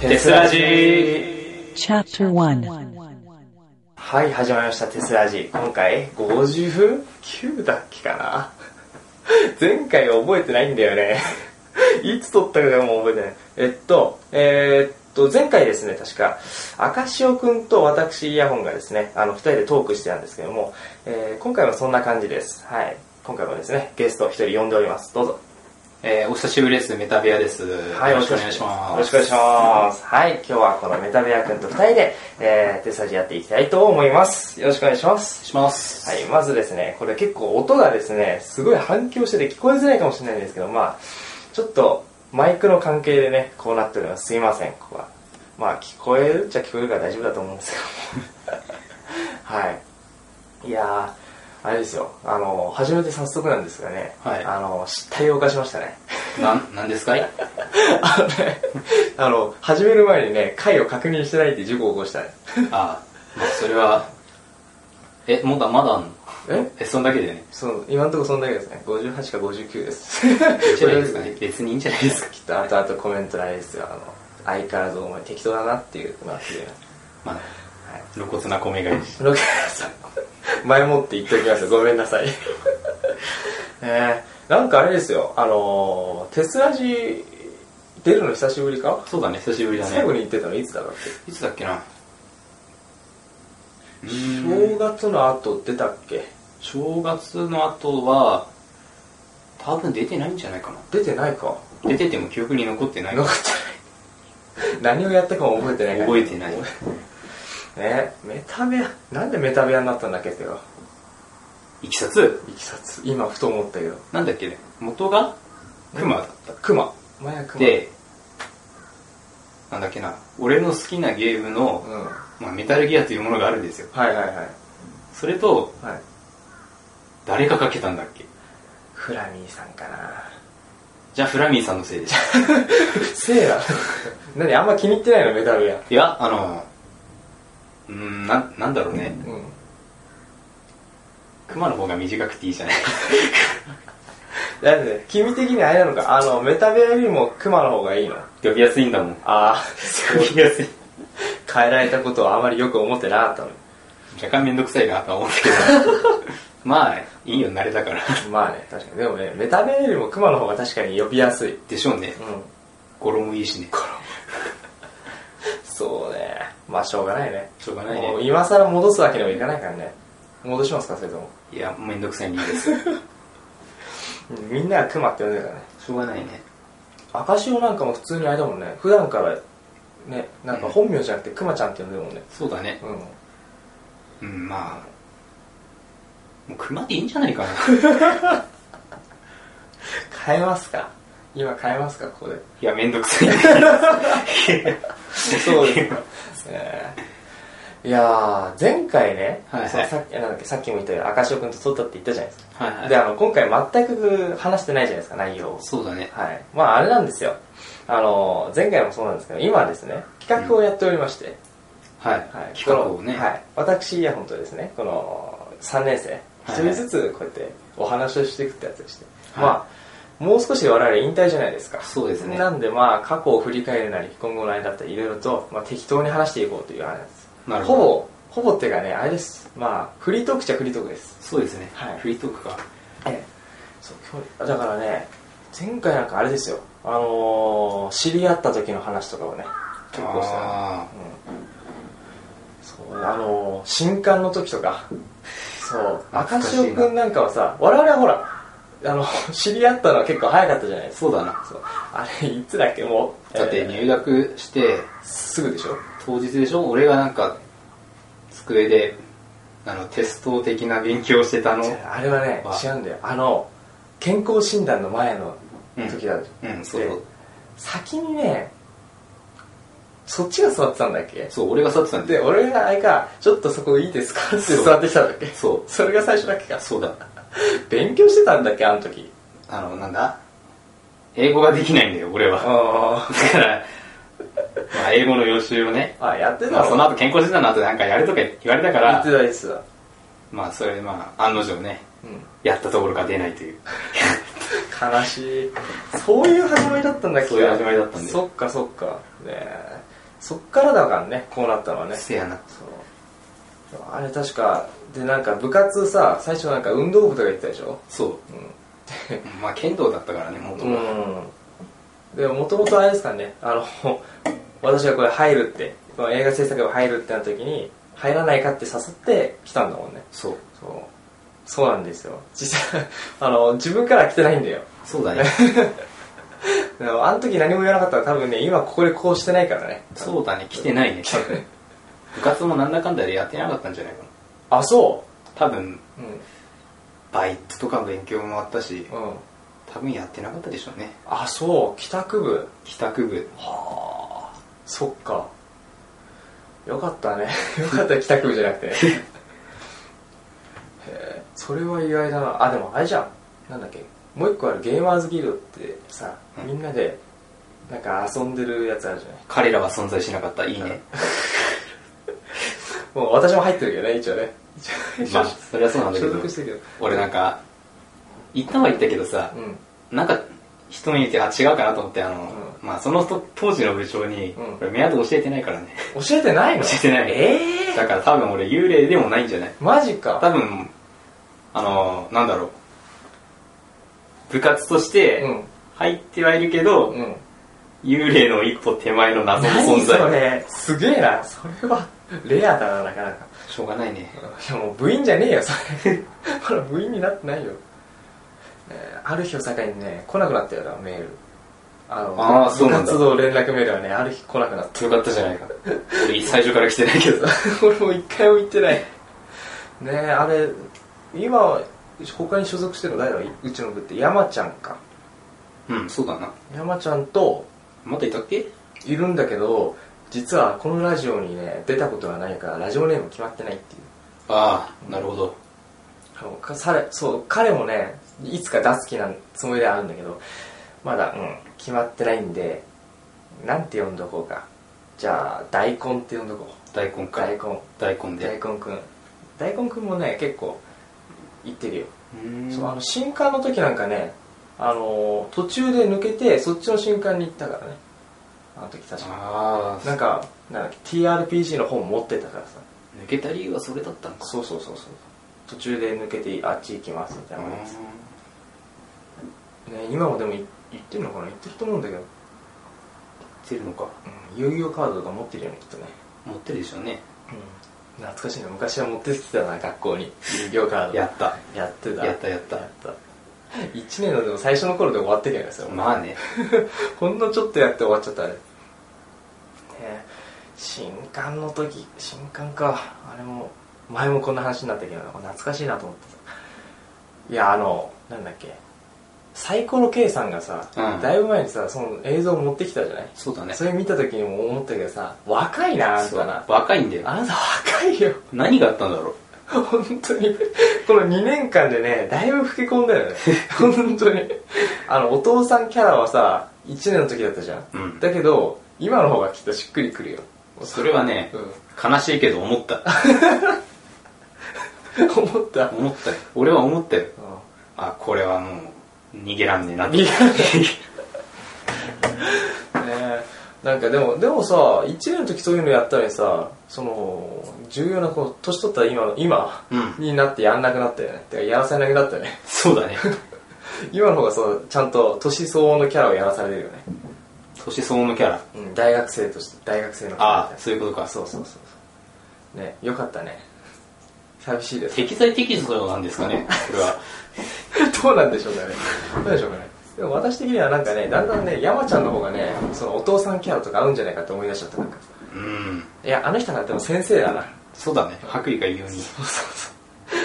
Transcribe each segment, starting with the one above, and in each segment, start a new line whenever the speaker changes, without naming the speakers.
テスラジー
Chapter 1
はい、始まりました、テスラジー。今回、59だっけかな 前回覚えてないんだよね。 いつ撮ったかも覚えてない。えっと、えーっと、前回ですね、確か、赤潮くんと私、イヤホンがですね、あの、二人でトークしてたんですけども、えー今回はそんな感じです。はい。今回もですね、ゲストを一人呼んでおります。どうぞ。
えー、お久しぶりです。メタビアです。
はい、
よろしくお願いします。
よろしくお願いします。はい、今日はこのメタベア君と二人で、えー、手差しやっていきたいと思います。よろしくお願いします。
します。
はい、まずですね、これ結構音がですね、すごい反響してて聞こえづらいかもしれないんですけど、まあ、ちょっとマイクの関係でね、こうなってるのはすいません、ここは。まあ、聞こえるっちゃ聞こえるから大丈夫だと思うんですけど はい。いやー、あれですよ、あの、初めて早速なんですがね、
はい
あの、失態を犯しましたね。
なん、なんですかい
あのね、あの、始める前にね、回を確認してないって事故を起こしたね。
あー、まあ、それは、え、まだまだあんの
え
え、そんだけでね。
そう、今のところそんだけですね。58か59です。
いいんじゃないですかね。別にいいんじゃないですか。
きっと後々コメントのあれですよ、あの、相変わらずお前適当だなっていうのがするよね
まあ、
はい。
露骨な米がいいし。
ロケさん、前もって言っておきますよ。ごめんなさい。 えー、なんかあれですよ、あのー、テスラジ出るの久しぶりか
そうだね、久しぶりだ
最後
ね。
に言ってたのいつだろうって。
いつだっけな。うー
正
ん
月の後出たっけ
正月の後は、多分出てないんじゃないかな。
出てないか。
出てても記憶に残ってない。
残ってない何をやったかも覚えてないから
覚えてない。
ねメタ部屋なんでメタ部屋になったんだっけってよ
いきさつ
いきさつ今ふと思ったけど
なんだっけね。元が熊だった。
クマ前はクマ
で、なんだっけな、俺の好きなゲームの
う、んは
まあ、メタルギアというものがあるんですよ。
いはいはい
それと、
はい
誰がかけたんだっけ
フラミーさんかな
じゃあ、フラミーさんのせいでした。
せいや 何あんま気に入ってないのメタ部屋
いや、あの、うーん、な、なんだろうね。
うん
熊の方が短くていいじゃ ない。
だってね君的にあれなのかあのメタ部屋よりもクマの方がいいの
呼びやすいんだもん。
ああ
呼びやすい。
変えられたことはあまりよく思ってなかったの
若干めんどくさいなとは思うけど。 まあ、いいよ、慣れたから。
まあね確かにでもねメタ部屋よりもクマの方が確かに呼びやすい
でしょうね。
うん
語呂もいいしね。
そうね。まあ、しょうがないね。
しょうがない
もう
ね。
今更戻すわけにもいかないからね。戻しますか、それとも。
いや、めんどくさい理由 です。し
うんみんながクマって呼んでるからね。
ょうがないね。
赤潮なんかも普通にあれだもんね。普段から、ね、なんか本名じゃなくてクマちゃんって呼んでるもんね。
そうだね。
うん。
うん、まあ、もう熊でいいんじゃないかな。
変えますか今変えますか、ここで。
いや、めんどくさい、ね。
そうですね。 えーいやー、前回ね、
はいはい
そのさっきなんだっけさっきも言ったように赤潮くんと撮ったって言ったじゃないですか。
はい
で、
はい。
あの、今回全く話してないじゃないですか、内容を。
そうだね。
はい。まあ、あれなんですよ。あの、前回もそうなんですけど、今ですね、企画をやっておりまして、
はい。
はい。
企画をね。
このはい。私、イヤホンとですね、この、3年生、
はい
一人ずつこうやってお話をしていくってやつでして、
はい
まあ、もう少し我々引退じゃないですか。
そうですね
なんで、まあ、過去を振り返るなり、今後の間だったり、いろいろと、まあ、適当に話していこうという話です。
なる
ほ
ほど。
ぼ、ほぼっていうかね、あれです。まあ、フリートークっちゃフリートークです。
そうですね。
はい
フリートークか。
ええそう今日だからね前回なんかあれですよあのー、知り合った時の話とかをね結構したね
あ
うんそうあのー、新刊の時とかそう
懐
赤
かしいな
潮くんなんかはさ我々はほらあの知り合ったのは結構早かったじゃないです
ー
か
そうだな。
そうあれいつだっけもう
だって
えー
入学して、
すぐでしょ
当日でしょ俺がなんか、机で、あの、テスト的な勉強をしてたの
じ。ゃああれはね
わ
違うんだよあの健康診断の前の時だ、
うん、そうそう。
先にねそっちが座ってたんだっけ
そう、俺が座ってたんで。
で俺があれかちょっとそこいい ですかって座ってきたんだっけ
そ
それが最初だっけか
う。そうだ。
勉強してたんだっけあの時
あの、なんだ英語ができないんだよ、俺は。
あ
だから、まあ、英語の予習をね、
ーあやってた
まあ、そ
の
の後健康診断の後なんかやるとか言われたか
や
ら
って、たやつだ
まあそれでまあ案の定ね、
うん
やったところが出ないという。
悲しいそういう始まりだったんだっけ
そういう始まりだったんだよ
そっかそっかねえそっからだからねこうなったのはね
せやな。
そうあれ確かでなんか部活さ最初なんか運動部とか言ってたでしょ
そう。まあ、剣道だったからね、元
う
々
んでももともとあれですかねあの私がこれ入るってこの映画制作部入るってなった時に入らないかって誘って来たんだもんね
そう。
そうそうなんですよ実際あの自分から来てないんだよ
そうだね。
でもあの時何も言わなかったら多分ね今ここでこうしてないからね
そうだね、来て ないね。多分部活もなんだかんだでやってなかったんじゃないかな。
あそ
多分、
ううん
バイトとかの勉強もあったし、
うん
多分やってなかったでしょうね。
あそう帰宅部
帰宅部。
はあそっかよかったね よかった帰宅部じゃ なくてねへえそれは意外だなあでもあれじゃんなんだっけもう一個あるゲーマーズギルドってさ
う
み
ん
んなでなんか遊んでるやつあるじゃない
彼らは存在しなかった。いいね。
もう私も入ってるけどね一応ね一
ま
応
あ、それはそうなんだけ
所
ど
属、してるけど
俺なんか、一旦は行ったけどさ、
うん
なんか、人に言って、あ、違うかなと思って、あの、
う
まあ、そのと当時の部長に、
うん
俺、メアド教えてないからね。
教えてないの
教えてない
ええ
だから多分俺、幽霊でもないんじゃない
マジか
多分、あの、なんだろう。部活として
うん
入ってはいるけど、
うん
幽霊の一歩手前の謎の
何
存
そ
在。
れすげえなそれはレアだななかなか
しょうがないね。
いやもう部員じゃねえよそれ ほら部員になってないよ、えーある日を境にね来なくなったよなメールあの
あーそうなんだ
活動連絡メールはねある日来なくなった
よかったじゃないか。俺、最初から来てない けど。
俺も一回も行ってないねえあれ今は他に所属してるの誰だろううちの部って山ちゃんか
うん、そうだな。
山ちゃんと
またいたっけ
いるんだけど実はこのラジオにね出たことはないからラジオネーム決まってないっていう
ああ、なるほど。
あのか彼そう彼もねいつか出す気なつもりではあるんだけどまだ、うん、決まってないんでなんて呼んどこうかじゃあ大根って呼んどこう
大根か
大。根
大根
大
で。
根くん大根くんもね結構言ってるよ、
うーん
そうあの新刊の時なんかねあの途中で抜けてそっちの新刊に行ったからねあの時確か
あ
なんかなんだっけ TRPG の本持ってたからさ
ー抜けた理由はそれだったのか。
そうそうそうそう途中で抜けてあっち行きますみたいな、ね、今もでもい言ってるのかな言ってると思うんだけど、
ってるのか。
うん、遊戯王カードとか持ってるよねきっとね、
持ってるでしょうね。
うん、懐かしいね昔は持ってきてたな学校に遊戯王カード
やった。
やってた
やったやった
1年のでも最初の頃で終わってるよねそれ、
まあね。
ほんのちょっとやって終わっちゃったあれねえ新刊の時新刊かあれも前もこんな話になったけど懐かしいなと思ってたいやあのなんだっけサイコロ K さんがさ、
うん
だいぶ前にさその映像を持ってきたじゃない、
そうだね。
それ見た時にも思ったけどさ若いなあん
そう
たな
若いんだよ。
あなた若いよ
何があったんだろう。
本当にこの2年間でねだいぶ老け込んだ よね本当にあのお父さんキャラはさ1年の時だったじゃん
うん。
だけど今の方がきっとしっくりくるよ
それはね
う、
悲しいけど思った。
ん思った、うん、
思ったよ。俺は思ったよ。あ、これはもう、逃げらんねえなって。
逃げねえなんかでもでもさ1年の時そういうのやったのにさその重要なこう年取った今の今
うん。
になってやんなくなったよねてかやらされなくなったよね
そうだね。
今の方がそうちゃんと年相応のキャラをやらされてるよね、
年相応のキャラ。
うん、大学生として大学生の
ああ、
そ
そういうこと
う
か。
そうそうそうねよかったね寂しいです
適材適所なんですかね、これは。
どうなんでしょうかね。どうでしょうかね。でも私的にはなんかね、だんだんね、山ちゃんの方がね、そのお父さんキャラとか合うんじゃないかって思い出しちゃった。なんか
うん。
いや、あの人なんてもう先生だな。
そうだね。白衣が言うよう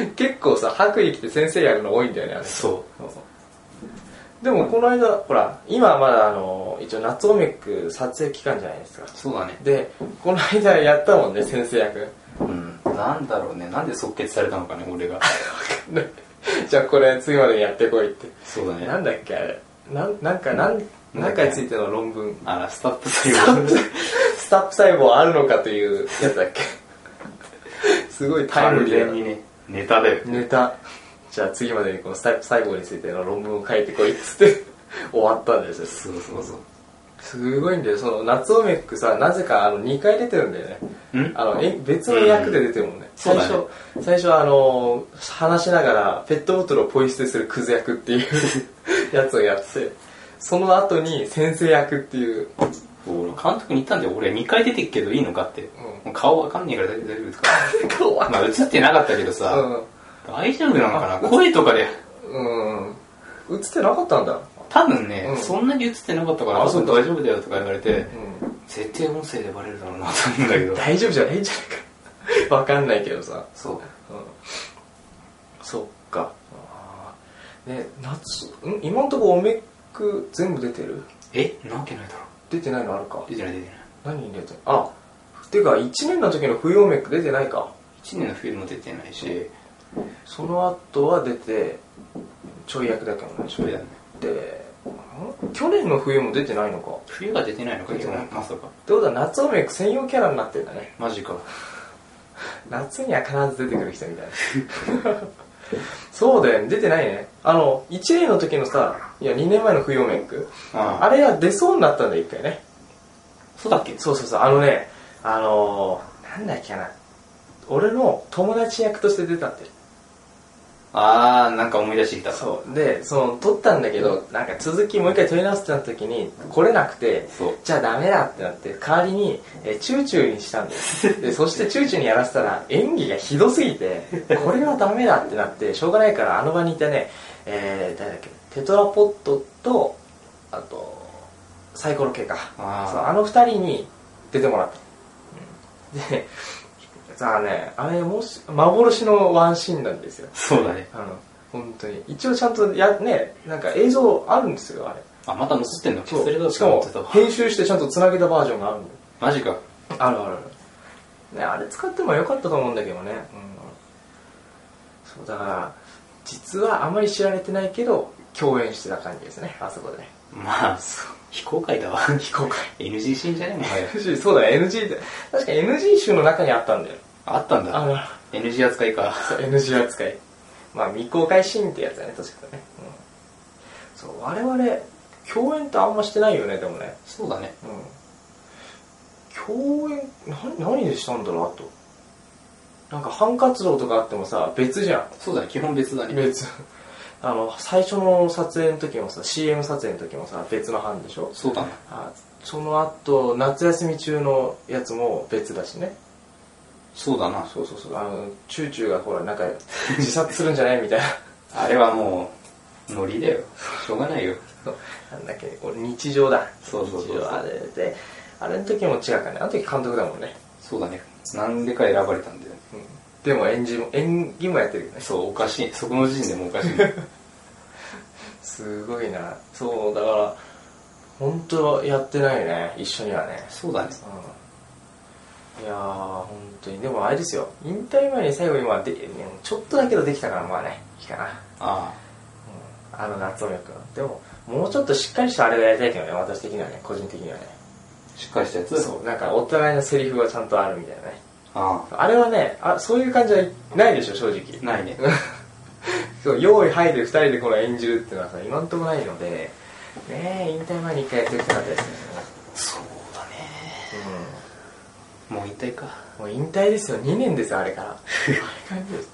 に。
結構さ、白衣着て先生やるの多いんだよね、あれ。
そ
そうでもこの間、ほら、今はまだあの、一応夏オメック撮影期間じゃないですか
う。。そうだね。
で、この間やったもんね、先生役。
うん。なんだろうね。なんで即決されたのかね、俺が。
ねじゃあこれ次までにやってこいって。
そうだね。
なんだっけ、あれ。なん、なんか、なん、なんかについての論文。
あら、スタップ最後。
スタップ細胞あるのかというやつだっけすごいタイム
完
リー
全
な
にね、ネタだよ。
ネタじゃあ次までに このスタップ細胞についての論文を書いてこいっつって終わったんですよ
そうそうそう。
すごいんだよその夏オメックさなぜかあの2回出てるんだよね
ん
あのえ別の役で出てるもんね、最初
そうだね
最初はあの話しながらペットボトルをポイ捨てするクズ役っていう やつをやってその後に先生役っていう
俺監督に言ったんだよ俺2回出てっけどいいのかって、もう顔わかんねえから大丈夫ですか
顔は
まあ映ってなかったけどさ、大丈夫なのかな声とかで
うん、うん、映ってなかったんだ
多分ね、
うん
そんなに映ってなかったから
あ
多分
そうか
大丈夫だよとか言われて、絶対音声でバレるだろうなと思うんだけど
大丈夫じゃないんじゃないかわかんないけどさ、
そう
うん、そっかあーね夏ん今のところおめく全部出てる
えなわけないだろ
出てないのあるか
出てない出てない
何に出てるあてか1年の時の冬おめく出てないか
1年の冬も出てないし
その後は出てちょい役だけもないでし
そ
ょ
れだね
でん去年の冬も出てないのかっ
冬が出てないのか
出てない
まさか
てことは夏おめく専用キャラになってんだね
マジか
夏には必ず出てくる人みたいな そうだよね出てないねあの1年の時のさいや2年前の冬メイク
あ
あれは出そうになったんだよ一回ね
そうだっけ
そうそうそうあのねあのー、なんだっけな俺の友達役として出たって
あーなんか思い出してきた
そうでその撮ったんだけどなんか続きもう一回撮り直すってなった時に来れなくて
そう
じゃあダメだってなって代わりに、えーチューチューにしたんです でそしてチューチューにやらせたら演技がひどすぎてこれはダメだってなってしょうがないからあの場にいたね、えー、誰だっけテトラポットとあとサイコロ系か
あー
そうあの二人に出てもらった、うんでさあねあれもし幻のワンシーンなんですよ
そうだね
あの本当に一応ちゃんとやねなんか映像あるんですよあれ
あまた映ってんの
そ
消された
う
の
しかも
と思って
編集してちゃんとつなげたバージョンがあるんだよ
たマジか
あるあるあるねあれ使ってもよかったと思うんだけどね、うん、そうだから実はあまり知られてないけど共演してた感じですねあそこでね
まあそう非公開だわ
非公開
NG シーンじゃねえもはや
そうだね NG で確か NG 集の中にあったんだよ
あったんだ
あの
NG 扱いか
そう NG 扱いまあ未公開シーンってやつだね確かね、うん、そう我々共演ってあんましてないよねでもね
そうだね
うん共演何何でしたんだろうあとなんか班活動とかあってもさ別じゃ
そうだね基本別だ
ん
ね
別 あの最初の撮影の時もさ CM 撮影の時もさ別の班でしょ
そうだね
あその後夏休み中のやつも別だしね
そうだな
そうそうそうあのチューチューがほらなんか自殺するんじゃないみたいな
あれはもうノリだよしょうがないよ
なんだっけこれ日常だ
そうそうそうそう
日常あれであれの時も違うからねあの時監督だもんね、
そうだねなんでか選ばれたんだよ
うん、でも演じも演技もやってるよね
そうおかしいそこの時点でもうおかしい
すごいなそうだから本当はやってないね一緒にはね
そうだね
うんいやー本当にでもあれですよ引退前に最後今でねちょっとだけどできたからまあねいいかな、
あ
うん、あの夏音楽はでももうちょっとしっかりしたあれがやりたいけどね私的にはね個人的にはね
あしっかりしたやつ
そうなんかお互いのセリフがちゃんとあるみたいなね
あ
あれはねあそういう感じはないでしょ正直
あないね
そう用意入る2人でこの演じるっていうのはさ今んとこないのでねえ引退前に一回やっておきたかったですね
そうだねもう引退か
うんもう引退ですよ2年ですよあれ からあれから2年です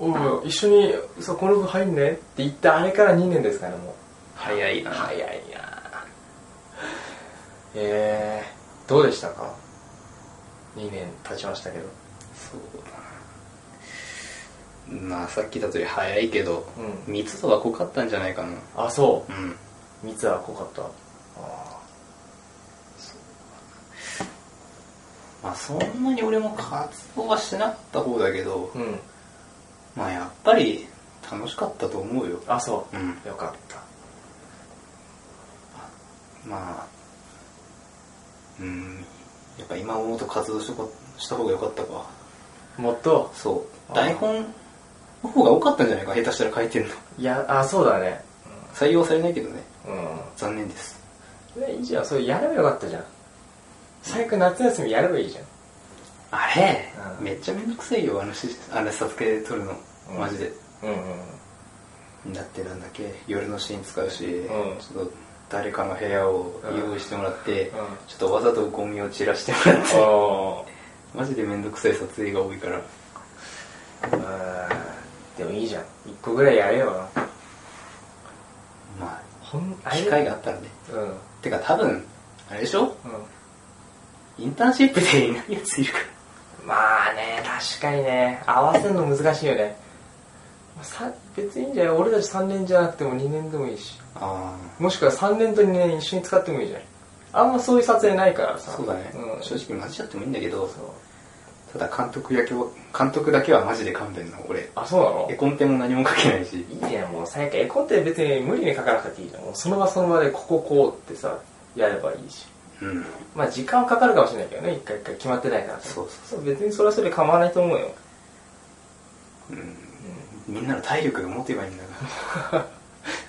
おおう一緒にさこの部入んねって言ったあれから2年ですからも
早いうな
早いな えー、どうでしたか2年経ちましたけど
そうだなまあさっき言った通り早いけど、
うん
密度が濃かったんじゃないかな
あそ
うん
う密は濃かったああ
まあそんなに俺も活動はしてなかった方だけど、
うん
まあやっぱり楽しかったと思うよ
あそう
うん
よかった
まあうんやっぱ今思うと活動しとこした方が良かったか
もっと
そう
あー
台本の方が多かったんじゃないか下手したら書いてるの
いやあそうだね
採用されないけどね
うん
残念です
えいいじゃんそれやればよかったじゃん最悪夏休みやればいいじゃん
あれ、
うん
めっちゃめんどくさいよあのしあのサスケ撮るの
うん
マジで、
うんうん
だってなんだっけ夜のシーン使うし、
うん
ちょっと誰かの部屋を用意してもらって、
ん
ちょっとわざとゴミを散らしてもらって、
あ
マジでめんどくさい撮影が多いから
あでもいいじゃん一個ぐらいやれよ
ま
ほん
あ機会があったらね
うんうん
てか多分あれでしょインターンシップでいないやついるか
まあね確かにね合わせるの難しいよねさ別にいいんじゃない俺たち3年じゃなくても2年でもいいし
らあ
もしくは3年と2年一緒に使ってもいいじゃんあんまそういう撮影ないから
あ
さ
そうだね、
うん、
正
そう
直混じちゃってもいいんだけどただ監督やけを監督だけはマジで勘弁なの俺
あそうなの
絵コンテも何も書けないし
いいじゃんもうさやか絵コンテ別に無理に書かなくていいじゃんもうその場その場でこここうってさやればいいし
うん
まあ時間はかかるかもしれないけどね一回一回決まってないから
そう
そ
そう
う別にそれはそれで構わないと思うよ、
うん
うん、
みんなの体力が持てばいいんだか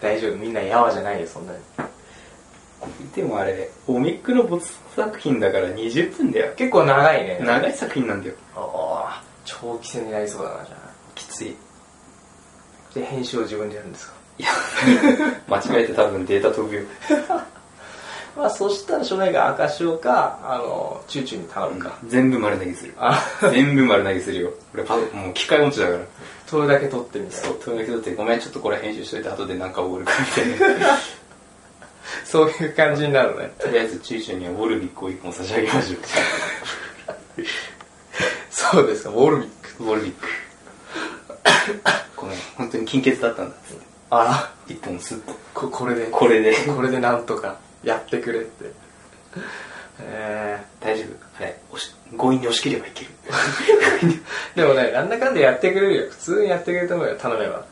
大丈夫みんなやわじゃないよそんなに
ら でもあれオミックの没作品だから20分だよ
結構長いね
長い作品なんだよ
おお長期戦になりそうだなじゃあ
きつい
で編集を自分でやるんですか
いや 間違えて多分データ飛ぶよ
まあそしたら初代が赤潮かあのチューチューに頼むか、
全部丸投げする
あ
全部丸投げするよ俺パもう機械音痴だから
それだけ撮ってみたい
そ
な
う問いだけ取ってごめんちょっとこれ編集しといて後でなんかおごるかみた いな
そういう感じになるね
とりあえずチューチューにはウォルビックを1本差し上げましょ
そうですかウォルビック
うウォルビック ごめん本当に金欠だったんだ
あ
1本スッと
ここれで
これで
これでなんとかやってくれって え
大丈夫あれ押し強引に押し切ればい ける
ーでもねなんだかんだやってくれるよ普通にやってくれると思うよ頼めば、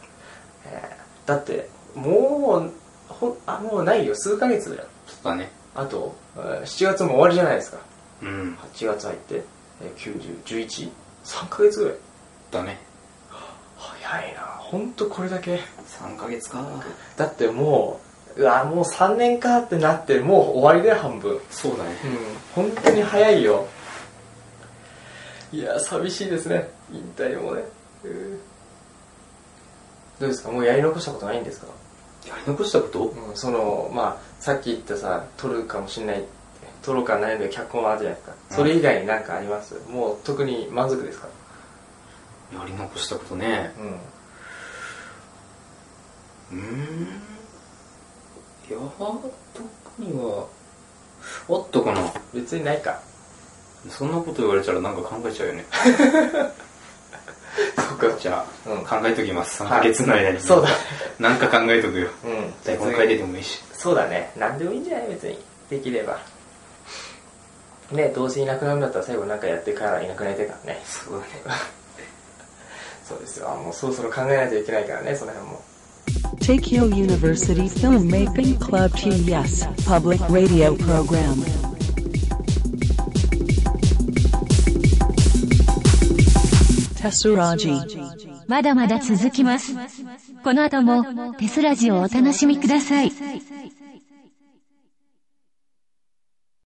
えーだってもうほんあもうないよ数ヶ月だよ
ちょっとね
あと、えー7月も終わりじゃないですか
うん
8月入って、えー、9011?3 ヶ月ぐらい
だね
早いなほんとこれだけ
3ヶ月か
だってもううわもう3年かってなってもう終わりだよ半分
そうだね
うん、本当に早いよ。いや、寂しいですね。引退もね。うんどうですかもうやり残したことないんですか、
やり残したこと
うん、その、まあ、さっき言ったさ、撮るかもしれない、撮るかないので脚本はあるじゃないですか。それ以外になんかあります、もう特に満足ですか
やり残したことね
うん。
うーんいや特にはあったかな
別にないか。
そんなこと言われたらなんか考えちゃうよ ね。
そっか。
じゃあ、
うん
考えときます。3
はい
ヶ月の間に。
そうだ。
なんか考えとくよ。
うん。
台本書いててもいいし。
そうだね。何でもいいんじゃない別に。できれば。ねどうせいなくなるんだったら最後なんかやってからいなくなりたいからね。
そうだね。
そうですよ。もうそろそろ考えないといけないからね、その辺も。
Tokyo University Filmmaking Club TES Public Radio Program. Tesuraji.
まだまだ続きます。この後もテスラジをお楽しみください。